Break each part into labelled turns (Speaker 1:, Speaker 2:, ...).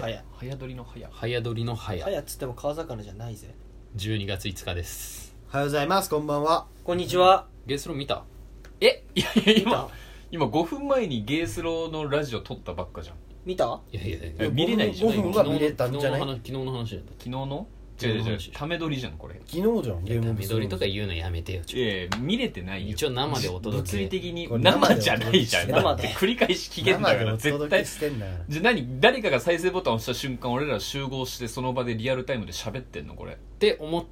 Speaker 1: はや
Speaker 2: 早撮りの早
Speaker 3: 早撮りの早
Speaker 1: はやっつっても川魚じゃないぜ
Speaker 3: 12月5日です
Speaker 4: おはようございますこんばんは
Speaker 1: こんにちは
Speaker 3: ゲスロ見た
Speaker 2: え いやいや
Speaker 1: 見た
Speaker 2: 今今5分前にゲースローのラジオ撮ったばっかじゃん
Speaker 1: 見た
Speaker 3: いやいやい
Speaker 2: え
Speaker 3: や
Speaker 2: 見れないじゃん
Speaker 4: 5分は見れたんじゃない
Speaker 3: 昨日の話昨日の話だっ
Speaker 2: 昨日の違う
Speaker 3: 昨
Speaker 2: 違う
Speaker 3: 日の話
Speaker 2: 違うため撮りじゃんこれ
Speaker 4: 昨日じゃん
Speaker 3: たいやダメ撮りとか言うのやめてよちょ
Speaker 2: ええ見れてないよ
Speaker 3: 一応生でお届け
Speaker 2: 物理的に
Speaker 4: これ
Speaker 2: 生じゃないじゃん
Speaker 1: 生で
Speaker 2: だって繰り返し聞けんだから
Speaker 4: 生でお
Speaker 2: 絶
Speaker 4: 届け
Speaker 2: 対
Speaker 4: してんだから
Speaker 2: じゃあ何誰かが再生ボタンを押した瞬間俺ら集合してその場でリアルタイムで喋ってんのこれ
Speaker 3: って思っ
Speaker 4: っ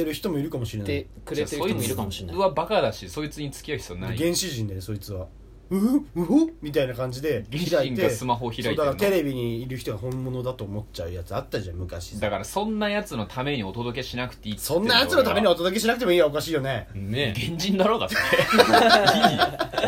Speaker 4: てる人もいるかもしれない
Speaker 3: てくれてる人もいるかもしれ
Speaker 2: う
Speaker 3: ない
Speaker 2: わバカだしそいつに付き合う必要ない
Speaker 4: 原始人だよそいつはうふうほみたいな感じで
Speaker 2: 原始人がスマホ開いて
Speaker 4: そ
Speaker 2: る
Speaker 4: う
Speaker 2: の
Speaker 4: だからテレビにいる人が本物だと思っちゃうやつあったじゃん昔
Speaker 2: だからそんなやつのためにお届けしなくていいっつって
Speaker 4: そ
Speaker 2: ん
Speaker 4: ん
Speaker 2: だ
Speaker 4: な
Speaker 2: よ
Speaker 4: やつのために
Speaker 2: 俺
Speaker 4: お
Speaker 2: は
Speaker 4: 届けしなくてもいいよおかしいよね
Speaker 3: ね
Speaker 2: 原人だろうがって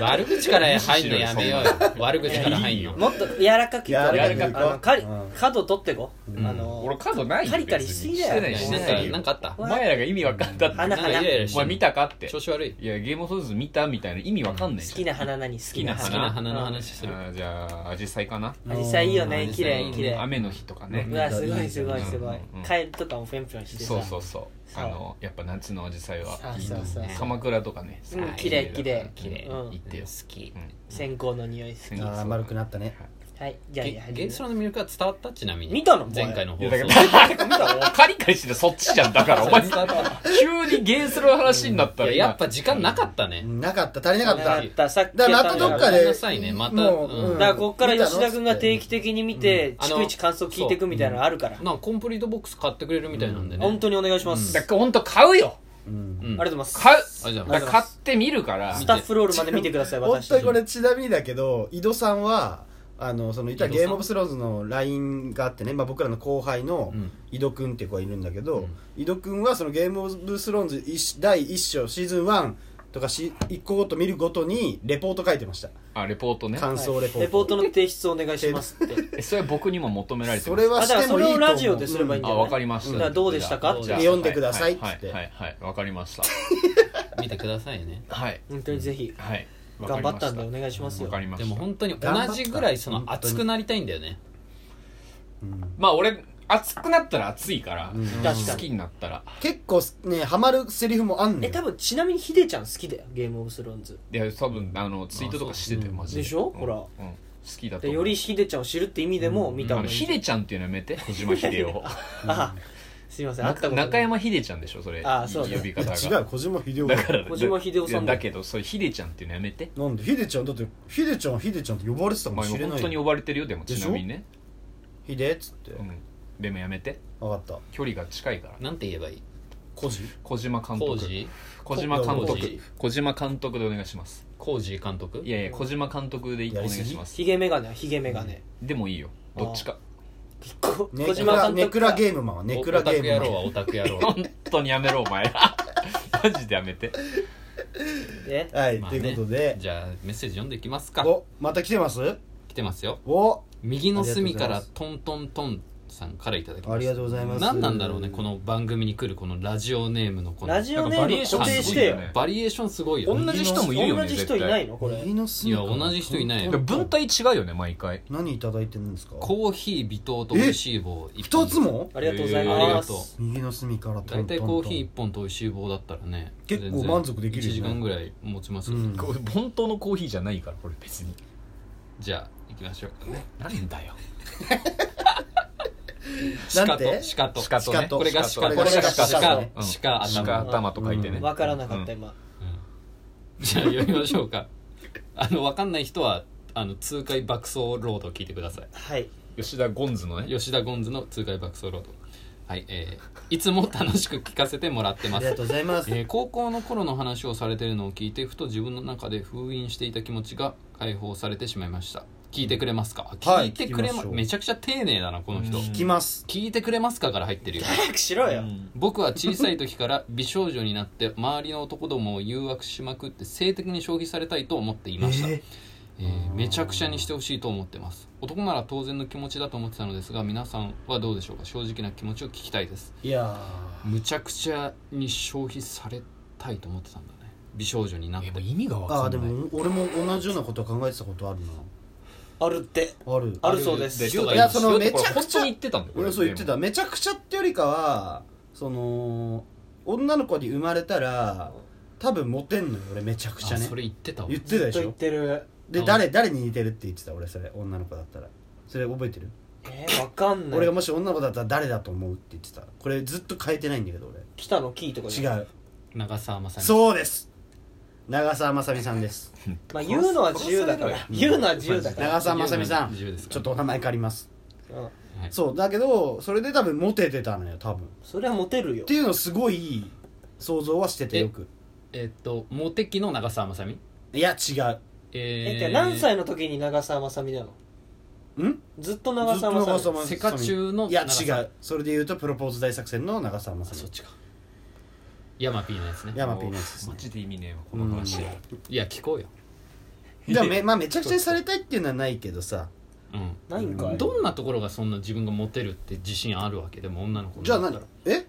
Speaker 3: 悪口から入るのやめようよ悪口から入んの
Speaker 1: もっと柔らかくいこう
Speaker 4: 柔
Speaker 2: らかく
Speaker 1: あのかり
Speaker 4: うん
Speaker 1: 角取ってこう、
Speaker 3: うん
Speaker 1: あの
Speaker 2: 俺角ないよ
Speaker 1: カリカリしすぎだよ
Speaker 2: してないしてな
Speaker 3: なんか
Speaker 2: いよ
Speaker 3: なんかあった
Speaker 2: お前らが意味わかんだって
Speaker 3: な
Speaker 1: 花
Speaker 3: んかイライラし
Speaker 2: お前
Speaker 3: て
Speaker 2: 見
Speaker 3: る
Speaker 2: たかって
Speaker 3: 調子悪い
Speaker 2: いやゲームソーズ見たみたいな意味わかんない
Speaker 1: 好きな花何好きな
Speaker 2: 好
Speaker 3: 好き
Speaker 1: 花
Speaker 3: な花の話する
Speaker 2: あーじゃあアジサイかな
Speaker 1: アジサイいいよね
Speaker 3: うん
Speaker 1: 綺麗綺麗
Speaker 2: 雨の日とかね
Speaker 1: うわすごいすごいすごい
Speaker 2: うんうん
Speaker 1: カエルとかもぴょんぴょんしてさ
Speaker 2: そうそうそう
Speaker 1: そう
Speaker 2: あのやっぱ夏のアジサイは
Speaker 1: そうそうそう
Speaker 2: 鎌倉とかね
Speaker 1: うん
Speaker 3: あー
Speaker 1: 綺麗綺麗
Speaker 3: 綺麗
Speaker 1: うん
Speaker 2: 行ってよ
Speaker 3: 好き
Speaker 2: うん
Speaker 1: 線香の匂い好
Speaker 2: う
Speaker 1: き
Speaker 2: ん
Speaker 4: ああ丸くなったね
Speaker 1: はいじゃあ
Speaker 3: ゲゲスロの魅力は伝わったちなみに
Speaker 1: 見たの
Speaker 3: 前回の
Speaker 2: い
Speaker 3: 放
Speaker 2: や
Speaker 3: 送
Speaker 2: だから見たのカリカリしてそっちじゃんだからお前
Speaker 3: 伝わった
Speaker 2: 急にゲースロの話になった
Speaker 3: い
Speaker 2: ら
Speaker 3: ややっぱ時間なかったね
Speaker 4: なかった足りなかった
Speaker 1: やったさっき
Speaker 4: だから
Speaker 1: や
Speaker 4: ま
Speaker 1: ったん
Speaker 4: ど
Speaker 1: だ
Speaker 4: っ
Speaker 1: か
Speaker 4: から
Speaker 3: ごめん
Speaker 4: で
Speaker 3: なさいねまたうん
Speaker 1: だからこっから吉田君が定期的に見て、
Speaker 3: うん
Speaker 1: 逐一感想聞いていくみたいなのあるから、
Speaker 3: なんかコンプリートボックス買ってくれるみたいなんでね
Speaker 1: 本当にお願いします、
Speaker 2: だから本当買うよ
Speaker 4: うん
Speaker 3: うん
Speaker 1: ありがとうござい
Speaker 2: 買
Speaker 1: ま
Speaker 2: う
Speaker 1: す
Speaker 3: あじゃあ
Speaker 2: だから買ってみるから
Speaker 1: スタッフロールまで見てください
Speaker 4: 本
Speaker 1: 私
Speaker 4: 当
Speaker 1: た
Speaker 4: に
Speaker 1: ち
Speaker 4: これちなみにだけど井戸さんはあのそのいた
Speaker 3: 井戸さ
Speaker 4: ゲ
Speaker 3: ん
Speaker 4: ームオブスローンズの LINE があってね、まあ、僕らの後輩の
Speaker 3: うん
Speaker 4: 井戸くんっていう子がいるんだけど、
Speaker 3: うん
Speaker 4: 井戸くんはそのゲームオブスローンズ一第1章シーズン1とかし1個ごと見るごとにレポート書いてました
Speaker 2: あレポートね
Speaker 4: 感想レポート、
Speaker 1: レポートの提出をお願いしますって
Speaker 2: えそれは僕にも求められて
Speaker 4: そ
Speaker 2: ます
Speaker 4: れはしてもい
Speaker 1: あ
Speaker 4: いと思
Speaker 1: だからそうれをラジオですればいいんだ
Speaker 2: あ
Speaker 1: よ
Speaker 2: わかりまし
Speaker 1: だ
Speaker 2: た
Speaker 1: からどうでしたか
Speaker 3: じ
Speaker 1: っ
Speaker 3: ゃ
Speaker 1: て
Speaker 3: あ
Speaker 4: 読んでくださいっつ
Speaker 2: は
Speaker 4: っ
Speaker 2: い
Speaker 4: て
Speaker 2: はいはいわかりました
Speaker 3: 見てくださいね
Speaker 2: はい
Speaker 1: 本当にぜひ
Speaker 2: はいわか
Speaker 1: 頑
Speaker 2: りま
Speaker 1: 張
Speaker 2: し
Speaker 1: っ
Speaker 2: た
Speaker 1: んでお願いします
Speaker 2: わ
Speaker 1: よ
Speaker 2: かりま
Speaker 3: で
Speaker 2: し
Speaker 3: も
Speaker 2: た
Speaker 3: 本当に同じぐらいその熱くなりたいんだよね
Speaker 4: うん
Speaker 2: まあ俺熱くなったら熱いから
Speaker 4: うん
Speaker 1: 確かに
Speaker 2: 好きになったら
Speaker 4: 結構ねハマるセリフもあんの
Speaker 1: え
Speaker 4: よ
Speaker 1: 多分ちなみにヒデちゃん好きだよゲームオブスローンズ
Speaker 2: いや多分あのツイートとかしてて
Speaker 4: うん
Speaker 2: マジで
Speaker 1: でしょ
Speaker 2: うん
Speaker 1: ほら
Speaker 2: うん好きだと
Speaker 1: で
Speaker 2: 思う
Speaker 1: よりヒデちゃんを知るって意味でも見た
Speaker 2: あ
Speaker 1: 方
Speaker 2: の
Speaker 1: がいい
Speaker 2: ヒデちゃんっていうのやめて小島秀夫
Speaker 1: あすいません会ったことない
Speaker 2: 中山秀ちゃんでしょそれ
Speaker 1: あそうだ
Speaker 2: 呼び
Speaker 4: いや
Speaker 2: 方
Speaker 4: 違
Speaker 2: が
Speaker 4: う小島秀夫
Speaker 2: だから
Speaker 1: 小島秀夫さんだ
Speaker 2: いやだけどそれ秀ちゃんっていうのやめて
Speaker 4: なんで秀ちゃんだって秀ちゃん秀ちゃんって呼ばれてた
Speaker 2: お
Speaker 4: かも
Speaker 2: 前
Speaker 4: し
Speaker 2: も
Speaker 4: れな
Speaker 2: 本
Speaker 4: い
Speaker 2: 当に呼
Speaker 4: よ
Speaker 2: ばれてるよでも
Speaker 4: で
Speaker 2: ち
Speaker 4: しょ
Speaker 2: なみにね
Speaker 4: 秀っつって
Speaker 2: うんでもやめて
Speaker 4: 分かった
Speaker 2: 距離が近いから
Speaker 3: なんて言えばいい
Speaker 4: コジ
Speaker 2: 小島監
Speaker 3: コー
Speaker 2: 督
Speaker 3: ジ
Speaker 2: 小島監
Speaker 3: コー
Speaker 2: 督
Speaker 3: ジ
Speaker 2: 小島監督でお願いします
Speaker 3: コージ監督
Speaker 2: いやいや小島監督でお願いします
Speaker 1: ヒゲメガネはヒゲメガネ
Speaker 2: でもいいよどっちか
Speaker 1: 結構
Speaker 4: ネ
Speaker 1: 小
Speaker 4: ク
Speaker 1: 島監
Speaker 4: ラ
Speaker 1: 督
Speaker 4: ネクラゲームマンはネ
Speaker 3: オ
Speaker 4: クラ
Speaker 3: オ
Speaker 4: ゲ
Speaker 3: タク
Speaker 4: ー
Speaker 3: 野
Speaker 4: ム
Speaker 3: 郎は
Speaker 4: マン
Speaker 3: オタク野 郎
Speaker 2: 本当にやめろお前 らマジでやめて
Speaker 1: え
Speaker 4: はい
Speaker 3: まあ
Speaker 4: と
Speaker 3: ね
Speaker 4: いうことで
Speaker 3: じゃあメッセージ読んでいきますか
Speaker 4: おまた来てます
Speaker 3: 来てますよ
Speaker 4: お
Speaker 3: 右の隅からトントントンさんからいただきま
Speaker 4: あり
Speaker 3: し
Speaker 4: がとうござい
Speaker 3: た
Speaker 4: ます
Speaker 3: 何なんだろうねこの番組に来るこのラジオネームのこの
Speaker 1: ラジオネーム固定してよ
Speaker 2: なんか
Speaker 3: バリエーションすごいよね
Speaker 2: 同じ人もいるよね
Speaker 1: 同じ人いないのこれ
Speaker 4: 右の隅から
Speaker 3: いや同じ人いないよ
Speaker 4: トントン
Speaker 2: 文体違うよね毎回
Speaker 4: 何いただいてるんですか
Speaker 3: コーヒー微糖と美味しい棒一本
Speaker 4: 二つも
Speaker 1: ありがとうござい
Speaker 3: あり
Speaker 1: ま
Speaker 3: が
Speaker 1: す
Speaker 3: とう
Speaker 4: 右の隅からト
Speaker 3: 大
Speaker 4: ントン
Speaker 3: 体
Speaker 4: トン
Speaker 3: コーヒー1本と美味しい棒だったらね
Speaker 4: 結構満足できるよね
Speaker 3: 1時間ぐらい持ちますよ、
Speaker 4: うん
Speaker 2: これ本当のコーヒーじゃないからこれ別に
Speaker 3: じゃあ行きましょう
Speaker 2: なんだよ
Speaker 4: なんて
Speaker 3: シカと
Speaker 2: シカ
Speaker 4: と
Speaker 2: と
Speaker 4: ね
Speaker 2: ね
Speaker 4: こ
Speaker 3: こ
Speaker 4: れ
Speaker 3: れ
Speaker 4: が
Speaker 3: が
Speaker 4: シ
Speaker 3: シ
Speaker 4: カ
Speaker 3: カ
Speaker 4: と
Speaker 3: これが
Speaker 4: シカ
Speaker 3: シカ
Speaker 4: うん
Speaker 3: シカ
Speaker 2: 鹿
Speaker 3: 頭
Speaker 2: 頭と書いてね
Speaker 1: わからなかった今
Speaker 3: うん じゃあ読みましょうかあの分かんない人はあの痛快爆走ロードを聞いてください
Speaker 1: はい
Speaker 2: 吉田ゴンズのね
Speaker 3: 吉田ゴンズの痛快爆走ロードはいえー、いつも楽しく聞かせてもらって
Speaker 4: あ
Speaker 3: ま
Speaker 4: りが
Speaker 3: す
Speaker 4: とうございます
Speaker 3: えー高校の頃の話をされてるのを聞いてふと自分の中で封印していた気持ちが解放されてしまいました聞いてくれますか、
Speaker 4: は
Speaker 3: 聞
Speaker 4: い
Speaker 3: いてくれ
Speaker 4: 聞きま
Speaker 3: ま
Speaker 4: しょう
Speaker 3: めちゃくちゃ丁寧だなこの人、
Speaker 2: うん
Speaker 4: 聞きます
Speaker 3: 聞いてくれますかから入ってるよ
Speaker 1: 早くしろよ
Speaker 3: 僕は小さい時から美少女になって周りの男どもを誘惑しまくって性的に消費されたいと思っていました、え
Speaker 4: え
Speaker 3: ーめちゃくちゃにしてほしいと思ってます男なら当然の気持ちだと思ってたのですが皆さんはどうでしょうか正直な気持ちを聞きたいです
Speaker 4: いや
Speaker 3: むちゃくちゃに消費されたいと思ってたんだね美少女になって
Speaker 2: 意味がわ
Speaker 4: ーあーでも俺も同じようなこと考えてたことあるな
Speaker 1: あるって
Speaker 4: ある
Speaker 1: あるそうです
Speaker 2: で人が
Speaker 4: いやそ
Speaker 2: 人
Speaker 4: の
Speaker 2: ってこれ
Speaker 4: めちゃくちゃ
Speaker 2: 本当に言ってたんだよこれ
Speaker 4: 俺そう言ってためちゃくちゃってよりかはその女の子に生まれたら多分モテんのよ俺めちゃくちゃ
Speaker 3: あ
Speaker 4: ね
Speaker 3: それ言ってたわ
Speaker 4: 言ってたでし
Speaker 1: と言っ
Speaker 4: ょ
Speaker 1: てる
Speaker 4: で
Speaker 3: うん
Speaker 4: 誰誰に似てるって言ってた俺それ女の子だったらそれ覚えてる
Speaker 1: えー、わかんない
Speaker 4: 俺がもし女の子だったら誰だと思うって言ってたこれずっと変えてないんだけど俺
Speaker 1: 北のキーとかじ
Speaker 4: 違
Speaker 1: ゃん
Speaker 4: う
Speaker 3: 長澤まさみ
Speaker 4: そうです長澤まさみさん です
Speaker 1: まあ言うのは自由だから
Speaker 2: 殺さ
Speaker 1: 言うのは自由だから
Speaker 4: 長澤まさみさん
Speaker 3: 自由ですか
Speaker 4: ちょっとお名前変わります
Speaker 1: うん
Speaker 3: はい
Speaker 4: そうだけどそれで多分モテてたのよ多分っ
Speaker 1: それはモテるよ
Speaker 4: ていうのすごい想像はしててよく
Speaker 3: えっとモテ期の長澤まさみ
Speaker 4: いや違う
Speaker 1: え
Speaker 3: え
Speaker 1: って
Speaker 3: ー
Speaker 1: 何歳の時に長澤まさみなの
Speaker 4: ん
Speaker 1: ずっと長澤まさみ
Speaker 4: ずっと長澤まさみ
Speaker 3: セカ中の
Speaker 4: いや
Speaker 3: 長さ
Speaker 4: 違うそれで言うとプロポーズ大作戦の長澤ま
Speaker 3: あ
Speaker 4: さ
Speaker 3: そっ
Speaker 4: み
Speaker 3: ちかヤマピーのやつね
Speaker 4: ヤマピーのやつです
Speaker 2: マ
Speaker 4: ね
Speaker 2: ジで意味ねえわこの話
Speaker 4: うん
Speaker 3: いや聞こうよ
Speaker 4: で もめ,、まあ、めちゃくちゃにされたいっていうのはないけどさ
Speaker 3: う
Speaker 1: ないんかい
Speaker 3: んどんなところがそんな自分がモテるって自信あるわけでも女の子の
Speaker 4: じゃあ何え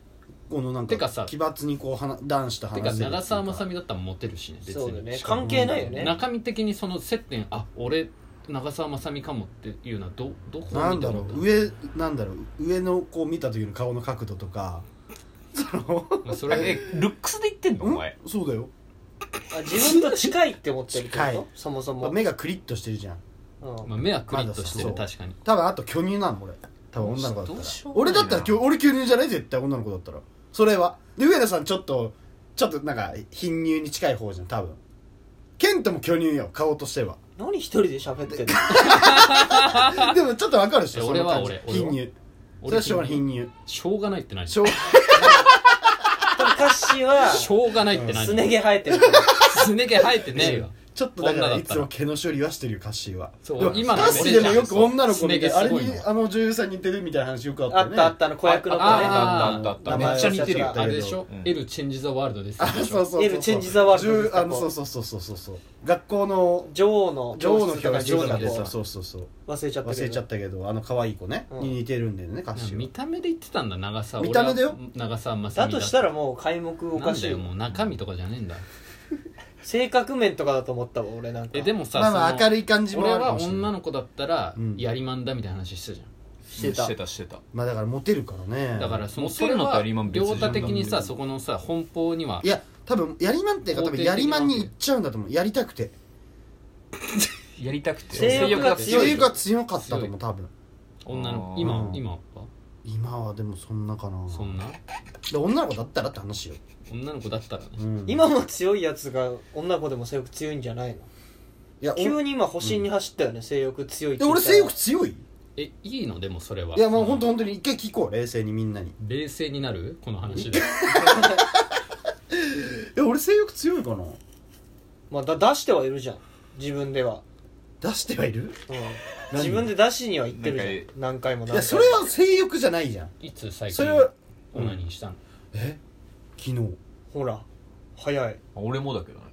Speaker 4: このなんか
Speaker 3: てかさ
Speaker 4: 奇抜にこう話男子と話
Speaker 3: て
Speaker 4: せる
Speaker 3: か
Speaker 4: っていう
Speaker 3: 長澤まさみだったらモテるしね別に
Speaker 1: そうだね
Speaker 3: しかも
Speaker 1: 関係ないよね
Speaker 3: 中身的にその接点あ俺長澤まさみかもっていうのはどどこを
Speaker 4: なん
Speaker 3: 見て
Speaker 4: だろ
Speaker 3: 思った
Speaker 4: う上なんだろう上のこう見た時の顔の角度とかその
Speaker 3: まあそれ
Speaker 2: えルックスで言ってんのお前
Speaker 4: んそうだよ
Speaker 1: あ自分と近いって思ってるって
Speaker 4: 近
Speaker 1: こ
Speaker 4: い
Speaker 1: とそもそも、
Speaker 4: 目がクリッとしてるじゃん
Speaker 1: うん
Speaker 3: まあ、目はクリッとしてる
Speaker 4: まだ
Speaker 3: 確かに
Speaker 4: 多分あと巨乳なの俺多分女の子だ
Speaker 3: ど
Speaker 4: っ
Speaker 3: うしたよ
Speaker 4: ら
Speaker 3: うもな
Speaker 4: 俺
Speaker 3: いな
Speaker 4: だったら巨俺巨乳じゃない絶対女の子だったらそれはで上田さんちょっとちょっとなんか貧乳に近い方じゃん多分ケントも巨乳よ顔 としては
Speaker 1: 何一人で喋ってんの
Speaker 4: でもちょっとわかるでしょ
Speaker 3: いや俺は
Speaker 4: その感じ
Speaker 3: 俺
Speaker 4: 貧
Speaker 3: 俺
Speaker 4: 乳それはしょうがない貧乳
Speaker 3: しょうがないって何
Speaker 4: し
Speaker 3: し
Speaker 4: ょう
Speaker 1: でもカッシーは
Speaker 3: ょうがないって何
Speaker 1: すね毛生えてる
Speaker 3: すね毛生えてねえよ
Speaker 4: ちょっとだか
Speaker 3: 女だ
Speaker 4: ら
Speaker 3: っ
Speaker 4: い
Speaker 3: た
Speaker 4: つ
Speaker 3: ら
Speaker 4: も毛の処理はしてるよカッシーは
Speaker 3: そう
Speaker 4: でも
Speaker 3: 今の
Speaker 4: カッシーでもよく女の子見て
Speaker 3: そう
Speaker 4: あれ
Speaker 3: すね毛すごい
Speaker 4: に
Speaker 3: の
Speaker 4: あの女優さんに似てるみたいな話よくあった
Speaker 1: あ
Speaker 4: よ
Speaker 1: っ
Speaker 4: ね
Speaker 1: たあったあの子役の子
Speaker 3: あ
Speaker 1: ね
Speaker 2: あったあったあった
Speaker 4: 名前
Speaker 2: めっちゃ似てるよ
Speaker 1: 忘れちゃった
Speaker 3: あれでしょ、
Speaker 2: うん
Speaker 3: L チェンジ・ザ・ワールドですよ
Speaker 4: あそうそうそう
Speaker 1: L チェンジザワールド
Speaker 4: 十あのそうそうそうそうそうそう学校の
Speaker 1: 女王の
Speaker 4: 女王の
Speaker 1: 室
Speaker 4: 表
Speaker 1: とか
Speaker 4: が
Speaker 1: 女王
Speaker 4: 女
Speaker 1: の
Speaker 4: 王
Speaker 1: 子
Speaker 4: でさそうそうそう
Speaker 1: 忘れちゃった
Speaker 4: 忘れちゃったけどあの可愛い子ね、
Speaker 1: うん
Speaker 4: に似てるんだよね歌詞
Speaker 3: 見た目で言ってたんだ長澤
Speaker 4: 見た目だよ
Speaker 3: 俺は長澤まさ
Speaker 1: だ
Speaker 3: み
Speaker 1: と
Speaker 3: っ
Speaker 1: したらもう開目お
Speaker 3: な
Speaker 1: か
Speaker 3: ん
Speaker 1: し
Speaker 3: だ
Speaker 1: い
Speaker 3: よもう中身とかじゃねえんだ
Speaker 1: 性格面とかだと思ったわ俺なんか
Speaker 3: えでもさ、
Speaker 4: まあまあ
Speaker 3: その
Speaker 4: 明るい感じも
Speaker 3: 俺
Speaker 4: あるか
Speaker 3: は
Speaker 4: もしれない
Speaker 3: 女の子だったら
Speaker 4: うん
Speaker 3: やりまんだみたいな話してたじ
Speaker 1: してた
Speaker 2: してたしてた
Speaker 4: まあだからモテるからね
Speaker 3: ゃんだからその
Speaker 2: モ
Speaker 3: そ
Speaker 2: テ
Speaker 3: れ
Speaker 2: るのと
Speaker 3: は
Speaker 2: やりまん別
Speaker 3: 両
Speaker 2: 人な
Speaker 3: 太
Speaker 2: んだよ
Speaker 3: 的にさそこのさ奔放にはい
Speaker 4: や多分やりまんっていうか多分やりまんに行っちゃうんだと思うやりたくて
Speaker 2: やりたくて
Speaker 1: 性欲が強い
Speaker 4: 性欲が強かったと思う多分
Speaker 3: 女の
Speaker 2: あー
Speaker 3: 今
Speaker 4: うん
Speaker 3: 今は
Speaker 4: 今はでもそんなかな
Speaker 3: そんな
Speaker 4: で女の子だったらって話よ、
Speaker 3: 女の子だったらね
Speaker 4: うん
Speaker 1: 今も強いやつが女の子でも性欲強いんじゃないの
Speaker 4: いやお
Speaker 1: 急に今保身に走ったよね、性欲強いっ
Speaker 4: で
Speaker 1: 言っ
Speaker 4: 俺
Speaker 1: たら
Speaker 4: 性欲強い
Speaker 3: えいいのでもそれはい
Speaker 4: やもう本当本当に一回聞こう冷静にみんなにい
Speaker 3: 冷静になるこの話で
Speaker 4: や俺性欲強いかな
Speaker 1: まあ、だ出してはいるじゃん自分では、
Speaker 4: 出してはいる
Speaker 1: うん
Speaker 4: 何
Speaker 1: 自分で出しには行ってるじゃ
Speaker 2: なんか
Speaker 1: ん何回も何回
Speaker 4: い
Speaker 1: も
Speaker 4: やそれは性欲じゃないじゃん
Speaker 3: いつ最
Speaker 4: そ
Speaker 3: 近
Speaker 4: れは
Speaker 3: オナニーしたの
Speaker 4: え昨日
Speaker 1: ほら早い
Speaker 2: 俺もだけどね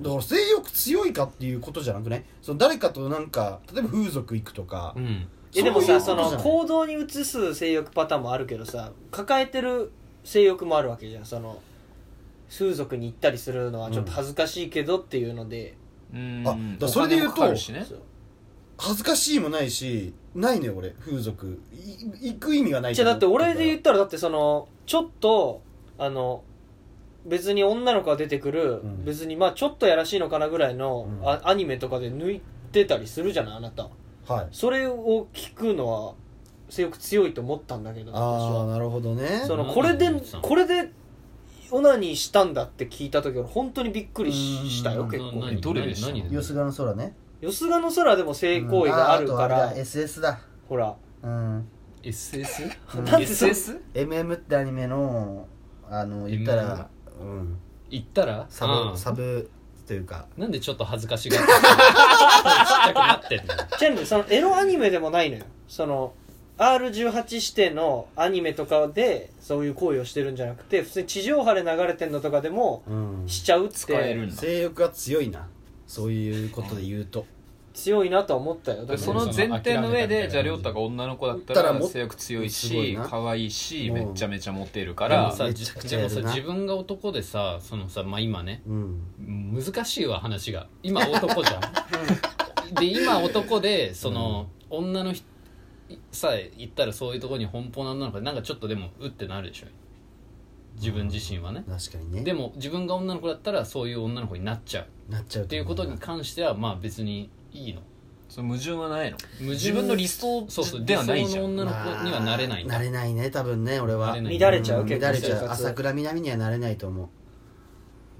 Speaker 4: だから性欲強いかっていうことじゃなくねその誰かとなんか例えば風俗行くとか、
Speaker 3: うん
Speaker 1: えでもさ
Speaker 4: そ
Speaker 1: そう
Speaker 4: いうことじ
Speaker 1: の
Speaker 4: ゃない
Speaker 1: 行動に移す性欲パターンもあるけどさ抱えてる性欲もあるわけじゃんその風俗に行ったりするのはちょっと恥ずかしいけどっていうので、
Speaker 2: うーん
Speaker 4: あだからそれで言うと
Speaker 2: お金もかかるしね
Speaker 1: そう
Speaker 4: 恥ずかしいもないしないのよ俺風俗い行く意味がない
Speaker 1: じゃあだって俺で言
Speaker 4: う
Speaker 1: ったらだってそのちょっとあの別に女の子が出てくる、
Speaker 4: うん
Speaker 1: 別にまあちょっとやらしいのかなぐらいの、
Speaker 4: うん
Speaker 1: あアニメとかで抜いてたりするじゃないあなた
Speaker 4: はい
Speaker 1: それを聞くのは性欲強いと思ったんだけど私
Speaker 4: ああ
Speaker 1: は
Speaker 4: なるほどね
Speaker 1: そ
Speaker 3: な
Speaker 1: の
Speaker 3: るほど
Speaker 1: これで
Speaker 3: うん
Speaker 1: これでオナニーしたんだって聞いた時俺本当にびっくり
Speaker 4: うん
Speaker 1: ししたよ結
Speaker 3: な
Speaker 1: 構
Speaker 3: 何
Speaker 2: どれでした
Speaker 3: 何
Speaker 4: よすがの空ね
Speaker 1: よすがの空でも性行為があるか
Speaker 4: うん
Speaker 1: ら
Speaker 4: とれだ SS だ
Speaker 1: ほら
Speaker 4: うん
Speaker 3: SS?
Speaker 4: うん
Speaker 1: なんでそん
Speaker 2: SS?
Speaker 4: MM ってアニメのあのうん
Speaker 3: 言ったらああ
Speaker 4: ブというか
Speaker 3: なんでちょっと恥ずかしがってちっちゃくなって んの
Speaker 1: ちなみにそのエロアニメでもないのよその R18 指定のアニメとかでそういう行為をしてるんじゃなくて普通に地上波で流れてんのとかでも
Speaker 4: うん
Speaker 1: しちゃうって
Speaker 2: 使えるんだ
Speaker 4: 性欲が強いなそういうことで言うと
Speaker 1: 強いなとは思ったよだから
Speaker 2: その前提の上
Speaker 3: その
Speaker 2: でじゃあ亮太が女の子だった
Speaker 4: だったら
Speaker 2: ら
Speaker 4: も
Speaker 2: 性欲強い
Speaker 4: すごい
Speaker 2: し
Speaker 4: な
Speaker 2: 可愛いし
Speaker 4: うん
Speaker 2: めちゃめちゃモテるか
Speaker 3: でも
Speaker 2: ら
Speaker 3: さ
Speaker 4: めちゃくち
Speaker 3: で
Speaker 4: ゃや
Speaker 3: も
Speaker 4: る
Speaker 3: さ
Speaker 4: な
Speaker 3: 自分が男でさそのさまあ今ね
Speaker 4: うん
Speaker 3: 難しいわ話が今男じゃんで今男でその、女の人さえ行ったらそういうところに奔放な女の子でなんかちょっとでもうってなるでしょ自分自身はね、
Speaker 4: 確かにね
Speaker 3: でも自分が女の子だったらそういう女の子になっちゃう
Speaker 4: なっちゃう
Speaker 3: っていうことに関してはまあ別にいいの
Speaker 2: その矛盾はないの
Speaker 3: 矛
Speaker 2: 自
Speaker 3: 盾
Speaker 2: 分の理想
Speaker 3: そうそう
Speaker 2: ではない
Speaker 3: 理
Speaker 2: じゃ
Speaker 3: 想
Speaker 2: ん
Speaker 3: の女の子にはなれないんだ
Speaker 4: なれないね多分ね俺は
Speaker 3: なれない
Speaker 1: 乱れちゃう
Speaker 4: うん
Speaker 1: 結構
Speaker 4: 乱れち
Speaker 1: 生
Speaker 4: ゃう
Speaker 1: 活
Speaker 4: 朝倉南にはなれないと思う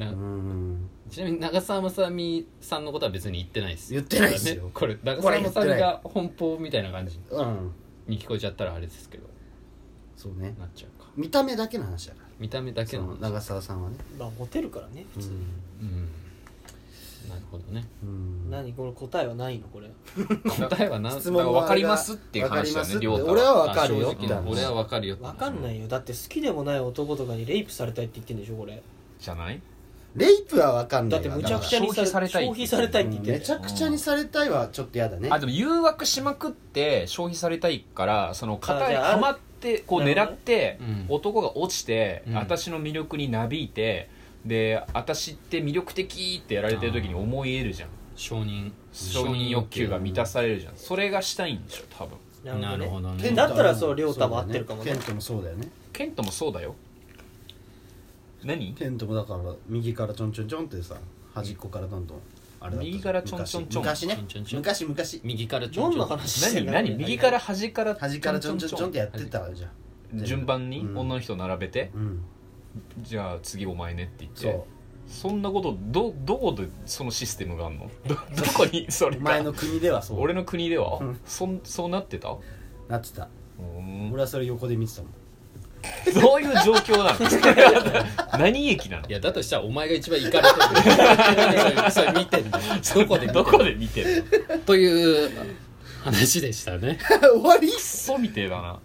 Speaker 3: な
Speaker 4: うん
Speaker 3: ちなみに長澤まさみさんのことは別に言ってないです
Speaker 4: 言ってないですよ
Speaker 3: ねこれ長
Speaker 4: こ
Speaker 3: 澤
Speaker 4: れ
Speaker 3: ま
Speaker 4: 言って
Speaker 3: さ
Speaker 4: ない
Speaker 3: みが奔放みたいな感じ
Speaker 4: うん
Speaker 3: に聞こえちゃったらあれですけど
Speaker 4: そうね
Speaker 3: なっちゃうか
Speaker 4: 見た目だけの話だから
Speaker 3: 見た目だけ
Speaker 4: そ
Speaker 3: の
Speaker 4: の
Speaker 3: 話
Speaker 4: 長澤さんはね
Speaker 1: まあモテるからね普通、
Speaker 3: うんなるほどね
Speaker 4: うん
Speaker 1: 何これ答えはないのこれ
Speaker 3: 答えはな
Speaker 4: 質問
Speaker 2: だ
Speaker 4: は
Speaker 2: から分かりますっていう話だよね
Speaker 4: 分かりますって
Speaker 2: 亮太は
Speaker 4: 俺は分かるよ
Speaker 3: あ
Speaker 4: っ
Speaker 3: 正
Speaker 4: て
Speaker 3: 直
Speaker 4: 話
Speaker 3: 俺はわかるよ
Speaker 1: わかんないよだって好きでもない男とかにレイプされたいって言ってんでしょこれ
Speaker 2: じゃない
Speaker 4: レイプは分かん
Speaker 1: だ
Speaker 4: な
Speaker 1: っ
Speaker 4: い
Speaker 1: て
Speaker 4: わ
Speaker 1: むちゃくちゃに
Speaker 2: 消費されたい
Speaker 1: 消費されたいって言
Speaker 4: うん
Speaker 1: って
Speaker 4: め
Speaker 1: ん
Speaker 4: ちゃくちゃにされたいはちょっと嫌だね
Speaker 2: あでも誘惑しまくって消費されたいからその型
Speaker 1: あ
Speaker 2: に
Speaker 1: じゃあ
Speaker 2: はまってこう
Speaker 1: なるほ
Speaker 2: 狙
Speaker 1: どね
Speaker 2: って、
Speaker 3: うん
Speaker 2: 男が落ちて、
Speaker 3: うん
Speaker 2: 私の魅力になびいてで私って魅力的ってやられてる時に思い得るじゃん
Speaker 3: 承認
Speaker 2: 承認欲求が満たされるじゃんそれがしたいんでしょ多分
Speaker 1: なるほどね
Speaker 3: なるほど
Speaker 4: ケ
Speaker 3: ね
Speaker 4: ン
Speaker 1: だ
Speaker 4: ト
Speaker 1: ったらそう亮太も合ってるかもね
Speaker 4: ケントもそうだよね
Speaker 2: ケントもそうだよ何
Speaker 4: ケントもだから右からちょんちょんちょんってさ端っこからどんどんあれだった
Speaker 2: 右からちょんちょんちょん
Speaker 4: 昔ね
Speaker 3: ちょんちょんちょん
Speaker 4: 昔昔
Speaker 3: 右からちょ
Speaker 1: ど
Speaker 3: ん
Speaker 1: ん
Speaker 3: ちょ
Speaker 1: なん話して
Speaker 2: 何
Speaker 1: んの
Speaker 2: 何右から端から
Speaker 4: 端からちょんちょんちょんってやってたわじゃん
Speaker 2: 順番に
Speaker 4: うん
Speaker 2: 女の人並べて、
Speaker 4: うん
Speaker 2: じゃあ次お前ねって言って
Speaker 4: そう
Speaker 2: そんなことどどこでそのシステムがあんの どどこにそれ
Speaker 4: お前
Speaker 2: が
Speaker 4: の国ではそう
Speaker 2: 俺の国では
Speaker 4: うん
Speaker 2: そんそうなってたう
Speaker 4: なってた
Speaker 2: ーん
Speaker 4: 俺はそれ横で見てたもん
Speaker 2: どういう状況なのそれは何駅なの
Speaker 3: いやだとしたらお前が一番イカれてるそれ見てんのどこで見てんの
Speaker 2: どこで見てるの
Speaker 3: という話でしたね
Speaker 4: 終わり
Speaker 2: クソみてえだな